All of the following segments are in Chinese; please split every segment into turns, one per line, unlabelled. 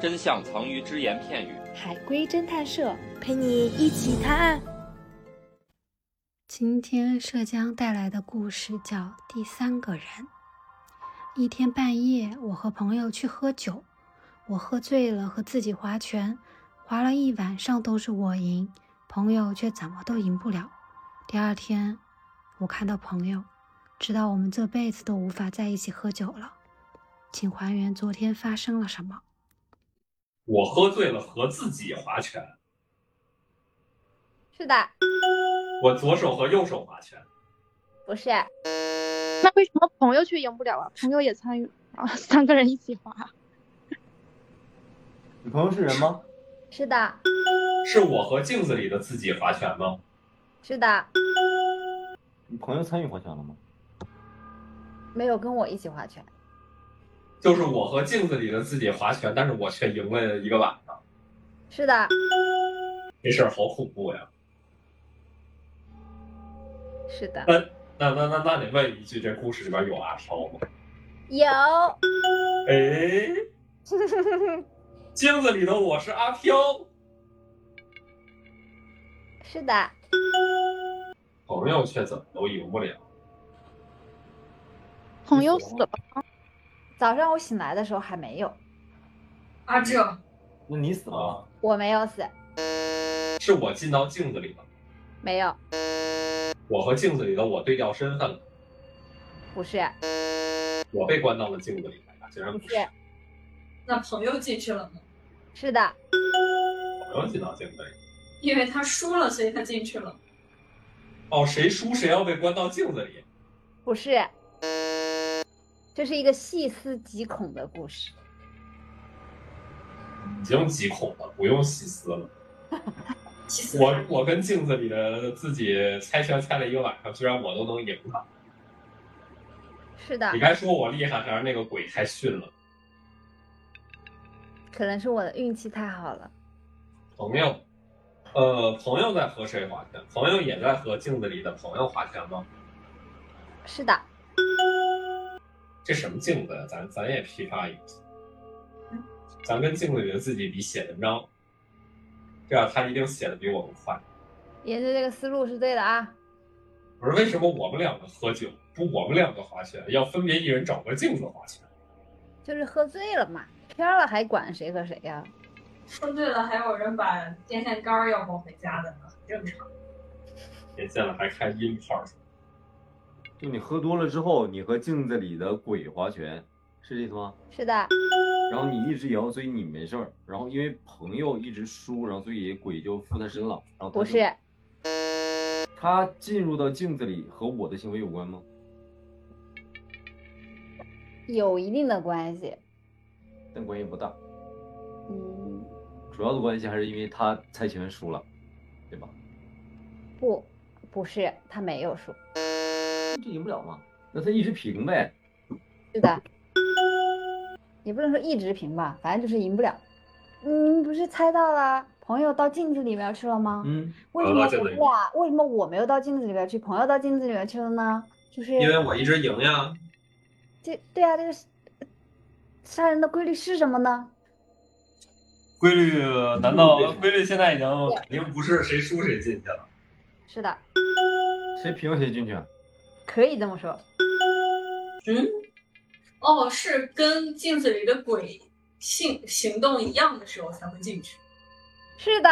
真相藏于只言片语。
海龟侦探社陪你一起探案。
今天浙江带来的故事叫《第三个人》。一天半夜，我和朋友去喝酒，我喝醉了和自己划拳，划了一晚上都是我赢，朋友却怎么都赢不了。第二天，我看到朋友，知道我们这辈子都无法在一起喝酒了。请还原昨天发生了什么？
我喝醉了和自己划拳，
是的，
我左手和右手划拳。
不是，
那为什么朋友却赢不了啊？朋友也参与啊，三个人一起划。
你朋友是人吗？
是的，
是我和镜子里的自己划拳吗？
是的，
你朋友参与划拳了吗？
没有跟我一起划拳。
就是我和镜子里的自己划拳，但是我却赢了一个晚上。
是的，
这事儿好恐怖呀！
是的，
那那那那那得问一句，这故事里边有阿超吗？
有。
哎，镜子里的我是阿飘，
是的，
朋友却怎么都赢不了。
朋友死了，
早上我醒来的时候还没有，
阿志，哦
那你死了？
啊，
我没有死，
是我进到镜子里了，
没有，
我和镜子里的我对调身份了，
不是，
我被关到了镜子里来了，竟然
不
不
是
是，
那朋友进去了吗？
是的，
朋友进到镜子里。
因为他输了，所以他进去了。
哦，谁输谁要被关到镜子里。
不是。这是一个细思极恐的故事，
已经极恐了，不用细思了。
气死
我我跟镜子里的自己猜拳猜了一个晚上，居然我都能赢他。
是的
你，该说我厉害，还是那个鬼太逊了？
可能是我的运气太好了，
朋友，呃，朋友在和谁划拳？朋友也在和镜子里的朋友划拳吗？
是的，
这什么镜子呀？啊咱咱也批发一下，咱跟镜子里的自己比写文章，这样他一定写的比我们快。
研究这个思路是对的啊，
我说为什么我们两个喝酒，不我们两个划拳，要分别一人找个镜子划拳？
就是喝醉了嘛，飘了还管谁和谁啊呀、
说对了，还有人把电线杆儿要抱回家的呢，很正常。
连见了还开阴炮，
就你喝多了之后，你和镜子里的鬼划拳，是这意思吗？
是的，
然后你一直赢，所以你没事儿。然后因为朋友一直输，然后所以鬼就附他身了。然后他
不，
就是他进入到镜子里和我的行为有关吗？
有一定的关系。
但关系不大，
嗯，
主要的关系还是因为他猜拳输了，对吧？
不，不是，他没有输。
那就赢不了嘛。那他一直平呗。
是的，也不能说一直平吧，反正就是赢不了。嗯，不是猜到了朋友到镜子里面去了吗？
嗯，
为什么
啊这
我
个
们俩为什么我没有到镜子里面去，朋友到镜子里面去了呢？就是
因为我一直赢呀。
这对啊，这个是杀人的规律是什么呢？
规律难道规律现在已经肯定不是谁输谁进去了？
是的，
谁平谁进去啊。
可以这么说。
嗯，哦，是跟镜子里的鬼行行动一样的时候才会进去。
是的。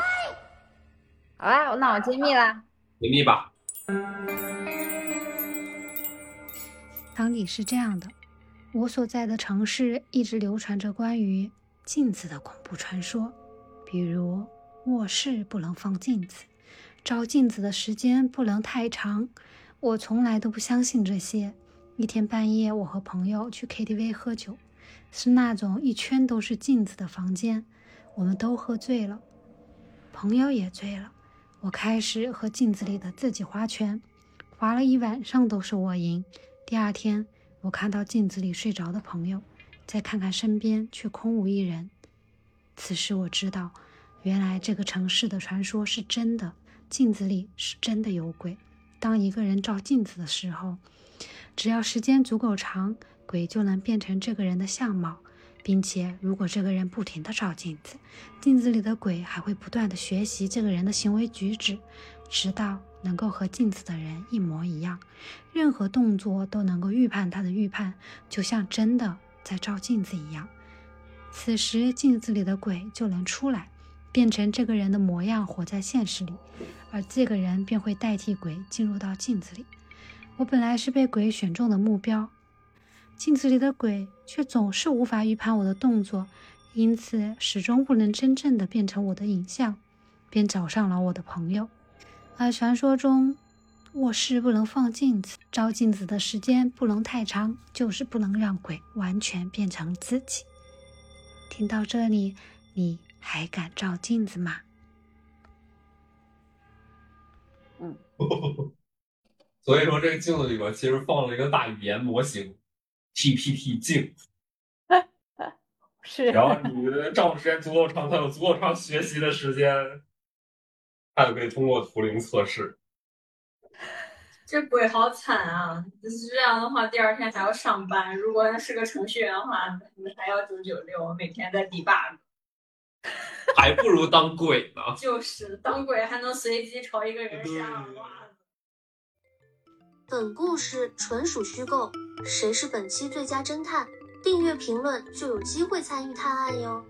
好吧，那我揭秘啦。
解密吧，
常理是这样的：我所在的城市一直流传着关于镜子的恐怖传说，比如卧室不能放镜子，照镜子的时间不能太长。我从来都不相信这些。一天半夜，我和朋友去 KTV 喝酒，是那种一圈都是镜子的房间，我们都喝醉了，朋友也醉了。我开始和镜子里的自己划拳，划了一晚上都是我赢。第二天，我看到镜子里睡着的朋友，再看看身边，却空无一人。此时我知道，原来这个城市的传说是真的，镜子里是真的有鬼。当一个人照镜子的时候，只要时间足够长，鬼就能变成这个人的相貌。并且如果这个人不停地照镜子，镜子里的鬼还会不断地学习这个人的行为举止，直到能够和镜子的人一模一样，任何动作都能够预判他的预判，就像真的在照镜子一样。此时镜子里的鬼就能出来，变成这个人的模样，活在现实里，而这个人便会代替鬼进入到镜子里。我本来是被鬼选中的目标，镜子里的鬼却总是无法预判我的动作，因此始终不能真正的变成我的影像，便找上了我的朋友。而传说中，卧室不能放镜子，照镜子的时间不能太长，就是不能让鬼完全变成自己。听到这里，你还敢照镜子吗？
所以说这个镜子里边其实放了一个大语言模型 GPT 镜，
是
然后你的照的时间足够长，它有足够长学习的时间，它就可以通过图灵测试。
这鬼好惨啊！就是这样的话，第二天还要上班。如果是个程序员的话，你还要九九六，每天在 debug。
还不如当鬼呢。
就是当鬼还能随机朝一个人下哇！
本故事纯属虚构，谁是本期最佳侦探？订阅评论就有机会参与探案哟。